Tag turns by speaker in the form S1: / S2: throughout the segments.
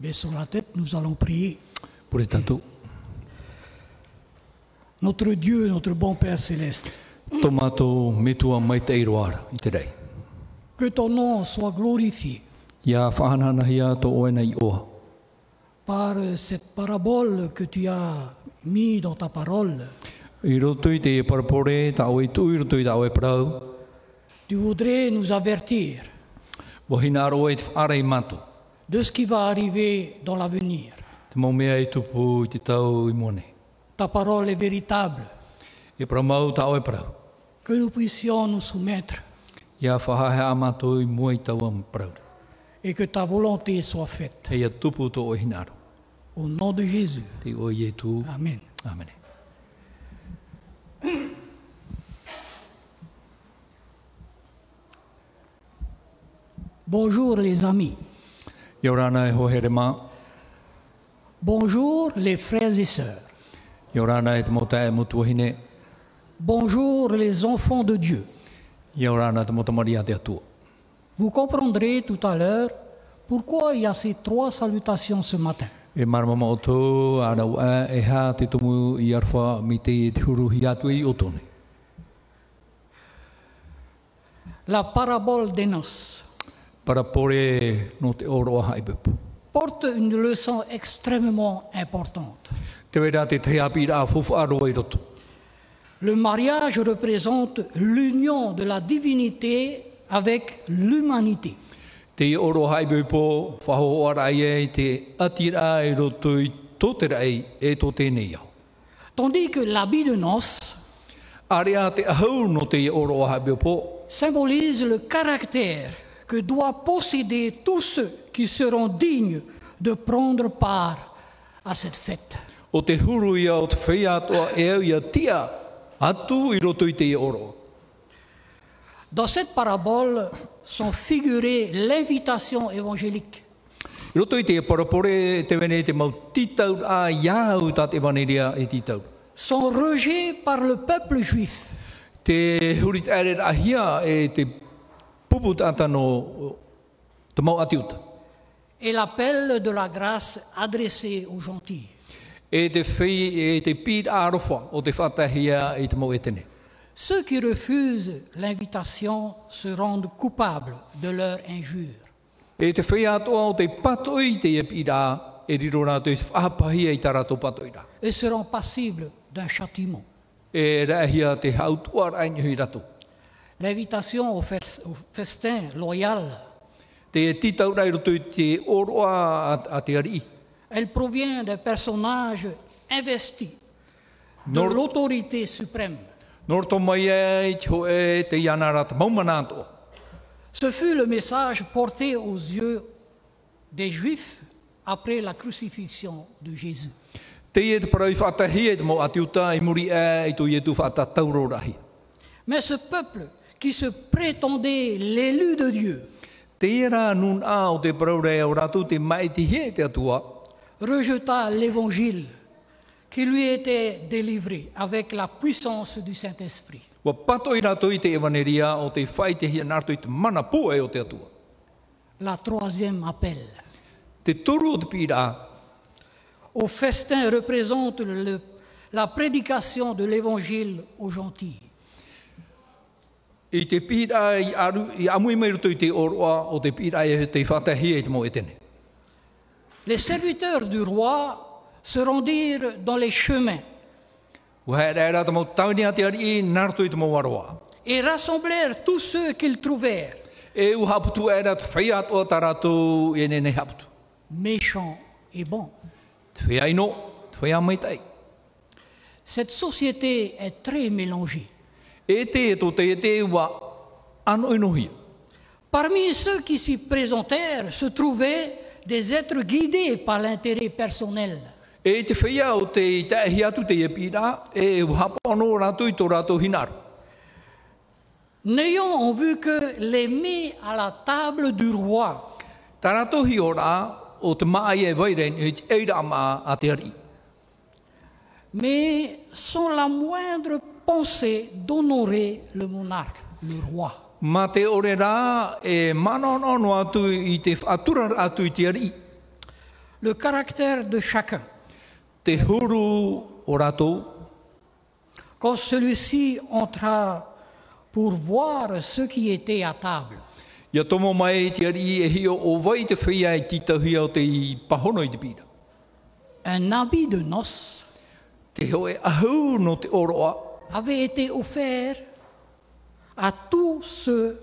S1: Baissons la tête, nous allons prier.
S2: Pure tanto,
S1: Notre Dieu, notre bon Père céleste,
S2: tomato metua mai te iroara i te rei.
S1: que ton nom soit glorifié
S2: Ia whanana hia tō oena i oa.
S1: par euh, cette parabole que tu as mise dans ta parole.
S2: I roto i te parapore, tā oe tū, i roto i tā oe parau.
S1: Tu voudrais nous avertir
S2: Wahina aro e te whaare i mato.
S1: de ce qui va arriver dans l'avenir.
S2: Te maumea i tupu i te tau i mone.
S1: Ta parole est véritable,
S2: E paramau tā oe parau.
S1: que nous puissions nous soumettre
S2: Ia whahahea a mato i mua i tau am parau.
S1: et que ta volonté soit faite.
S2: Hei a tupu tō oe hinaro.
S1: Au nom de Jésus.
S2: Te oe i e tū.
S1: Amen.
S2: Āmene.
S1: Bonjour les amis.
S2: Ia rāna e hohere mā.
S1: Bonjour les frères et sœurs.
S2: Ia rāna e te mota e mutuahine.
S1: Bonjour les enfants de Dieu.
S2: Ia rāna te mota maria te atua.
S1: Vous comprendrez tout à l'heure pourquoi il y a ces trois salutations ce matin.
S2: E marama o tō, ara ua e hā te tumu i arwha mi te i te huruhi atu i o tōne.
S1: La parabole des noces
S2: Para pore no te oro aha i bepu.
S1: porte une leçon extrêmement importante.
S2: Te wera te te api rā fufu aroa i roto.
S1: Le mariage représente l'union de la divinité avec l'humanité.
S2: Te i oro aha i bepu, whaho o ara i e te ati rā i roto i tō te rei e tō tēnei au.
S1: Tandis que l'habit de noces
S2: Area te ahau no te i oro aha i bepu,
S1: symbolise le caractère que doit posséder tous ceux qui seront dignes de prendre part à cette fête.
S2: o te huru ia o te whei atoa e au ia tia atu i roto i te i oro.
S1: Dans cette parabole sont figurées l'invitation évangélique,
S2: I roto i te parapore te wene te mau titau a iau tā te evaneria e titau.
S1: son rejet par le peuple juif,
S2: Te hurit aere ahia e te pupu tātano te mau atiuta.
S1: et l'appel de la grâce adressé aux gentils.
S2: E te whi e te pīr arofa o te whatahia i te mau etene.
S1: Ceux qui refusent l'invitation se rendent coupables de leur injure.
S2: E te whi atoa o te patoi te e pīr a e riro rātou i te whapahia i tā rātou patoi rā.
S1: et seront passibles d'un châtiment.
S2: E rā hia te hautua rāinyo i rātou.
S1: L'invitation au, fes- au festin loyal,
S2: Te titau rā i roto i te oroa a- a te ari i.
S1: elle provient d'un personnage investi de
S2: Nor-
S1: l'autorité suprême.
S2: Nor tō mai e i te ho e te iana rā te maumana atoa.
S1: Ce fut le message porté aux yeux des Juifs après la crucifixion de Jésus.
S2: Te e te parai whatahi e te mo atiuta i muri e i tō i e tu whatatau rahi.
S1: Mais ce peuple qui se prétendait l'élu de Dieu
S2: Te e rā nun a o te paraure au rātou te mai te he te atua,
S1: rejeta l'évangile qui lui était délivré avec la puissance du Saint-Esprit.
S2: wa pato i rātou i te evaneria o te whai te hia nārtou i te mana pō e o te atua.
S1: La troisième appel.
S2: Te toru o te pīrā,
S1: au festin représente le- la prédication de l'évangile aux gentils.
S2: i te pīrā i, aru, i amui mai rātou i te oroa o te pīrā e te whatahi e te mo etene.
S1: Les serviteurs du roi se rendirent dans les chemins
S2: Wa hei rā rā te mau tauni a te ari i nārtou i te mo waroa.
S1: et rassemblèrent tous ceux qu'ils trouvèrent,
S2: E u haputu e rā te whai atua tā rātou e nene haputu.
S1: méchants et bons.
S2: Te whai aino, te whai amaitai.
S1: Cette société est très mélangée.
S2: E te e tō te e te ua ano e inohi.
S1: Parmi ceux qui s'y présentèrent se trouvaient des êtres guidés par l'intérêt personnel,
S2: E te whia o te i tae hi atu te e pira, e hapano rātou i tō rātou hinaro.
S1: n'ayant en vue que les mets à la table du roi
S2: Tā rātou hi o rā, o te maa i e vairen, i te eira maa a te ari.
S1: mais sans la moindre pensée d'honorer le monarque, le roi.
S2: Mā te ore rā, e manono atu i te atura atu i te ari.
S1: le caractère de chacun,
S2: Te huru orato,
S1: quand celui-ci entra pour voir ceux qui étaient à table.
S2: ia tomo mai te ari e hio o vai te whia i titahia o te i pahono i te pira.
S1: Un habit de noces
S2: Te hoe ahau no te oroa,
S1: avait été offert à tous ceux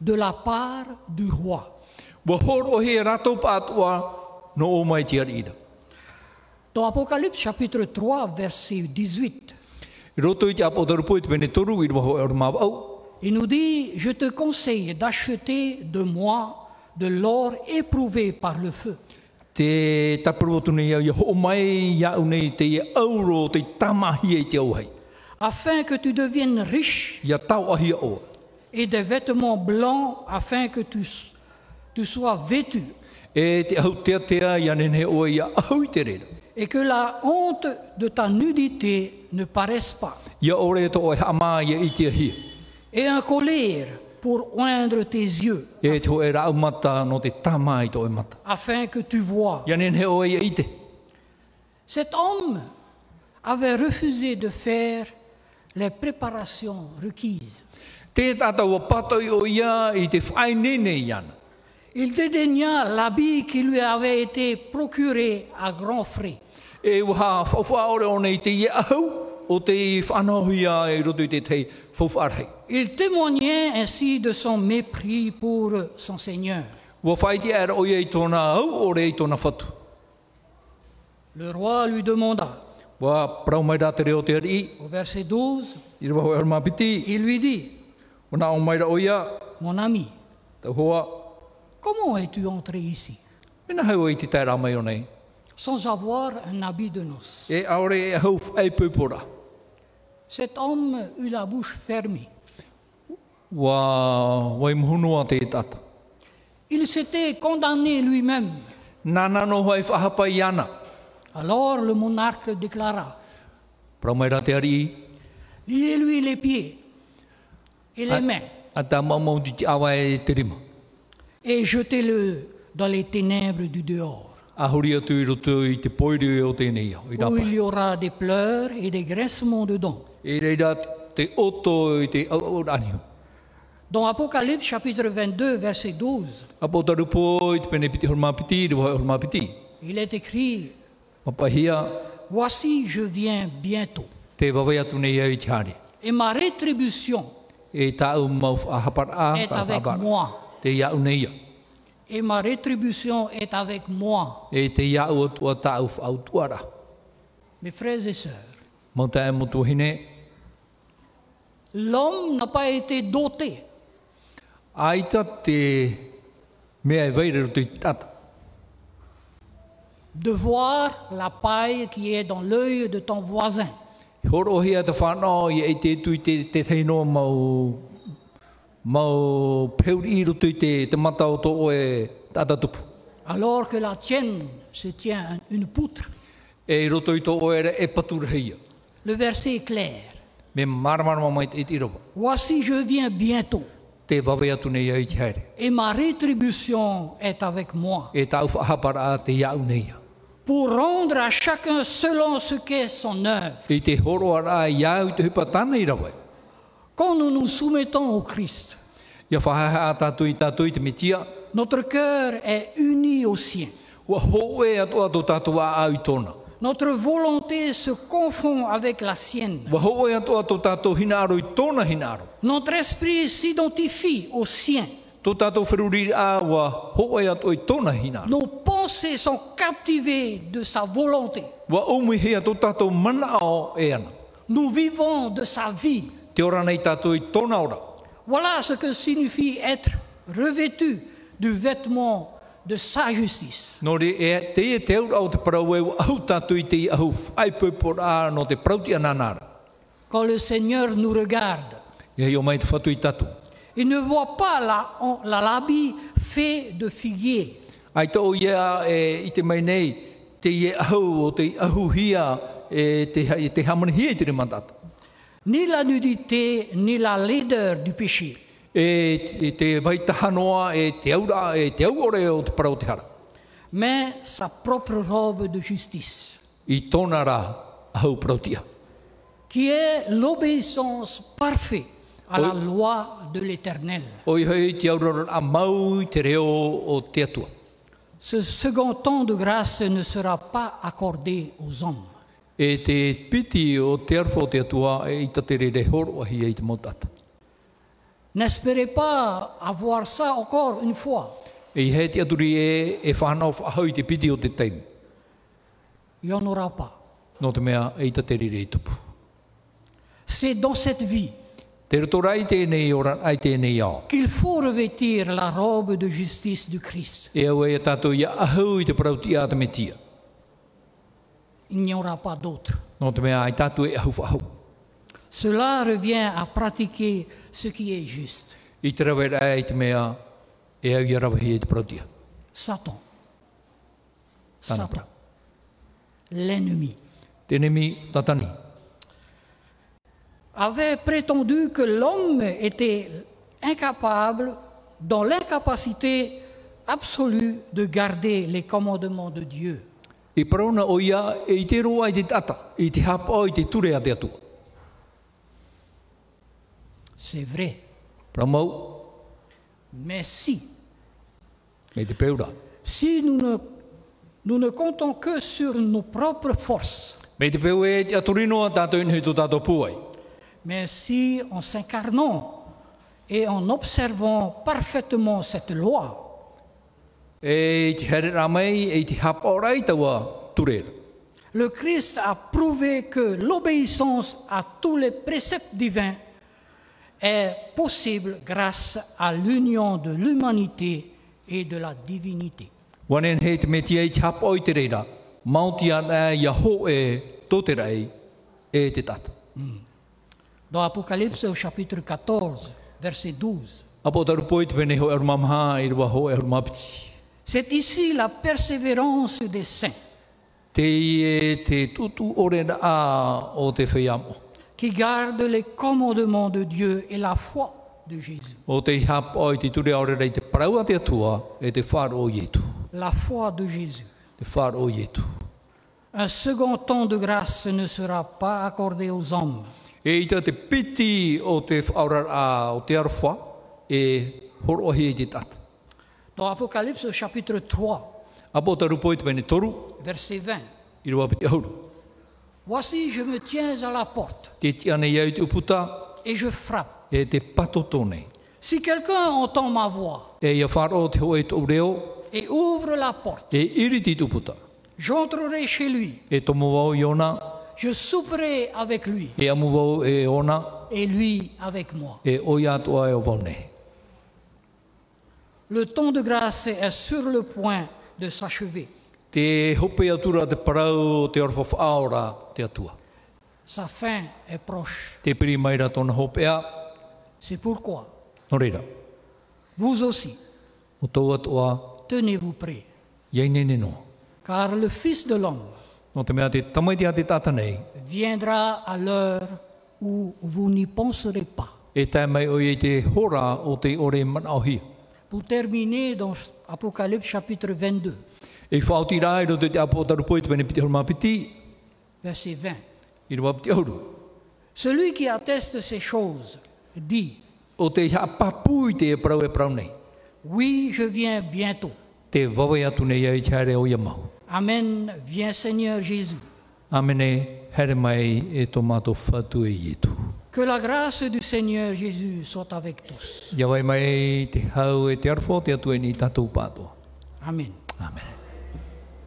S1: de la part du roi.
S2: wa horo he rato pātua no o mai te ari ira.
S1: Dans Apocalypse chapitre 3, verset 18,
S2: I roto i te apotarupo i te pene toru i roho e orma au.
S1: il nous dit, je te conseille d'acheter de moi de l'or éprouvé par le feu,
S2: Te taparu atu nei au ia ho mai ia au nei te ia auro te tamahia i te au hei.
S1: afin que tu deviennes riche,
S2: Ia tau ahia oa.
S1: et des vêtements blancs, afin que tu, s- tu sois vêtu,
S2: E te au tea tea ia nene oa ia au i te rera.
S1: et que la honte de ta nudité ne paraisse pas,
S2: Ia ore e to oe hama ia i te ahia.
S1: et un collier pour oindre tes yeux,
S2: E te hoe rau mata no te tama i toi mata.
S1: afin que tu vois.
S2: Ia nene oe ia i te.
S1: Cet homme avait refusé de faire les préparations requises.
S2: Te tātau a patoi o ia i te whai nene i ana.
S1: Il dédaigna l'habit qui lui avait été procuré à grands frais.
S2: E waha whawha ore o nei te ia ahau o te whanahuia e roto i te tei whawharhei.
S1: Il témoignait ainsi de son mépris pour son Seigneur.
S2: Wa whai te ara o ia i tōna au o re i tōna whatu.
S1: Le roi lui demanda,
S2: Wa prau mai rā te reo te ari i.
S1: au verset 12,
S2: I rwa hoi arma piti.
S1: il lui dit,
S2: O nā o mai rā o ia.
S1: Mon ami,
S2: Tau hoa.
S1: comment es-tu entré ici
S2: Mena hau i te tai rā mai o nei.
S1: sans avoir un habit de noces
S2: E aore e ahau whai pupora.
S1: Cet homme eut la bouche fermée.
S2: Wa wai muhunua te tata.
S1: Il s'était condamné lui-même.
S2: Nana no hoi whahapa i ana.
S1: Alors le monarque déclara,
S2: Prau mai rā te ari i.
S1: liez-lui les pieds et les mains
S2: A tā mamau di te awa e te rima.
S1: et jetez-le dans les ténèbres du dehors,
S2: A hori atu i roto i te poiri o tēnei au. I rā
S1: où
S2: pai.
S1: il y aura des pleurs et des grincements de dents.
S2: E reira te oto i te auraniu.
S1: Dans Apocalypse chapitre 22, verset 12,
S2: Apo tarupo i te pene piti hormapiti, i rwa hormapiti.
S1: il est écrit,
S2: Mapahia
S1: Voici, je viens bientôt,
S2: te wawai atu nei au i te hare.
S1: et ma rétribution
S2: E tā au mau a hapar a.
S1: est avec
S2: ah,
S1: moi,
S2: Te iau nei au.
S1: et ma rétribution est avec moi,
S2: E te iau atua tā au au tuara.
S1: mes frères et sœurs.
S2: Mau tā e motu hine.
S1: L'homme n'a pas été doté
S2: Aita te mea e veire roto i te tata.
S1: de voir la paille qui est dans l'œil de ton voisin.
S2: Horohia te whanau i e te tui te, te teino mau, mau peuri i rutu i te, te mata o tō e tata tupu.
S1: Alors que la tienne se tient un- une poutre.
S2: E roto i tō oere e paturahia.
S1: Le verset est clair.
S2: Me maramarama mai te iti roba.
S1: Voici, je viens bientôt,
S2: Te wawe atu nei au i te haere.
S1: et ma rétribution est avec moi,
S2: E tau whahapara a te iau nei. au.
S1: pour rendre à chacun selon ce qu'est son œuvre.
S2: I te horo ara iau i te hupa tana i rawa.
S1: Quand nous nous soumettons au Christ,
S2: Ia whahaha a tātou i tātou i te metia.
S1: notre cœur est uni au sien.
S2: Wa hoe atu atu tātou a au i tōna.
S1: Notre volonté se confond avec la sienne.
S2: Wa hoe atu atu tātou hinaro i tōna hinaro.
S1: Notre esprit s'identifie au sien.
S2: Tō tātou whiruri a wa hoa atu i tōna hina.
S1: Nos pensées sont captivées de sa volonté.
S2: Wa umu hea tō tātou mana ao e ana.
S1: Nous vivons de sa vie.
S2: Te ora nei tātou i tōna ora.
S1: Voilà ce que signifie être revêtu du vêtement de sa justice.
S2: Nō re e te e te ura o te parau e wa au tātou i te i au whaipupor a no te prauti ananara.
S1: Quand le Seigneur nous regarde,
S2: Ia hei o mai te whatu i tātou.
S1: il ne voit pas la, la labie fait de figuier,
S2: Ai tō ia e, i te mai nei te i e au o te i au hia e te, ha- e te hamana hia i te re mandata.
S1: ni la nudité, ni la laideur du péché.
S2: E, e te vai tahanoa e te aura e te au ore o te parau te hara.
S1: mais sa propre robe de justice,
S2: i tōnara au protia.
S1: qui est l'obéissance parfaite à la
S2: Oui.
S1: loi de l'Éternel.
S2: Oi hei te aurora a mau te reo o te atua.
S1: Ce second temps de grâce ne sera pas accordé aux hommes.
S2: E te piti o te arfo o te atua e i tatere re horo ahi e i te mautata.
S1: N'espérez pas avoir ça encore une fois.
S2: E hei te aturi e e whanau whahau i te piti o te teimu.
S1: Il n'y en aura pas.
S2: Nō te mea e i tatere re i tupu.
S1: C'est dans cette vie
S2: Te rotora i tēnei ora ai tēnei ao.
S1: qu'il faut revêtir la robe de justice du Christ.
S2: E au e a tātou ia ahau i te parauti a te metia.
S1: Il n'y aura pas d'autre.
S2: Nō te mea ai tātou e ahau whahau.
S1: Cela revient à pratiquer ce qui est juste.
S2: I te rawe rai i te mea e au i a rawahi e te parautia.
S1: Satan.
S2: Tāna
S1: Satan.
S2: pra.
S1: L'ennemi
S2: Tēnemi tatani.
S1: avait prétendu que l'homme était incapable, dans l'incapacité absolue de garder les commandements de Dieu.
S2: I parauna o ia e i te roa i te tata, i te hapa i te ture a te atua.
S1: C'est vrai.
S2: Pramau,
S1: Mais si,
S2: me te peura.
S1: si nous ne, nous ne comptons que sur nos propres forces,
S2: Me te peu e te aturinoa tātou inhi tō tātou pūai.
S1: mais si en s'incarnant et en observant parfaitement cette loi,
S2: E i te here ramei, e i te hapa orai taua turera.
S1: le Christ a prouvé que l'obéissance à tous les préceptes divins est possible grâce à l'union de l'humanité et de la divinité.
S2: Wanen hei te metia i te hapa o i te reira. Mauti ana ia ho e tō te rei e te tata.
S1: Dans Apocalypse au chapitre 14, verset 12,
S2: Apo tarupoi te pene ho e rumamaha i rua ho e rumapiti.
S1: c'est ici la persévérance des saints.
S2: Te i e te tutu orena a o te whiamo.
S1: qui garde les commandements de Dieu et la foi de Jésus.
S2: O te hapa o i te ture orera i te paraua te atua e te whāro o ietu.
S1: La foi de Jésus.
S2: Te whāro o ietu.
S1: Un second temps de grâce ne sera pas accordé aux hommes.
S2: E ita te piti o te whaorar a o te arwha e horo ahi e te tata.
S1: Dans Apocalypse au chapitre 3,
S2: Apo tarupoi te pene toru
S1: verset 20,
S2: i rua piti auru.
S1: Voici, je me tiens à la porte
S2: Te tiana iau te uputa
S1: et je frappe.
S2: e te pato tōnei.
S1: Si quelqu'un entend ma voix
S2: E ia whāro te hoe tō reo,
S1: et ouvre la porte,
S2: e iriti tō puta.
S1: j'entrerai chez lui,
S2: E tomo wau i ona,
S1: je souperai avec lui
S2: e amu wau e ona,
S1: et lui avec moi.
S2: e oia toa e o wau nei.
S1: Le temps de grâce est sur le point de s'achever.
S2: Te hope atura te parau o te orfo whaora te atua.
S1: Sa fin est proche.
S2: Te piri maira tōna hopea,
S1: C'est pourquoi
S2: no reira,
S1: Vous aussi,
S2: o tau atua,
S1: tenez-vous prêts,
S2: iei nene noa.
S1: car le Fils de l'homme
S2: No te mea te tamaiti a te tata nei,
S1: viendra à l'heure où vous n'y penserez pas.
S2: e tai mai o i te hora o te ore manaohi.
S1: Pour terminer dans Apocalypse chapitre 22,
S2: E whaoti rai ro te te apotaru poe te pene piti horma piti,
S1: verset 20,
S2: i rua piti auru.
S1: Celui qui atteste ces choses dit,
S2: O te hapapu i te e parau e parau nei.
S1: Oui, je viens bientôt.
S2: Te wawe atu nei ai tēre o ia mau.
S1: Amen, viens Seigneur Jésus.
S2: Amene, here mai e tō mātou whatu e ietu.
S1: Que la grâce du Seigneur Jésus soit avec tous.
S2: Ia wai mai te hau e te arfo, te atu e ni tātou pātoa.
S1: Amen.
S2: Amen.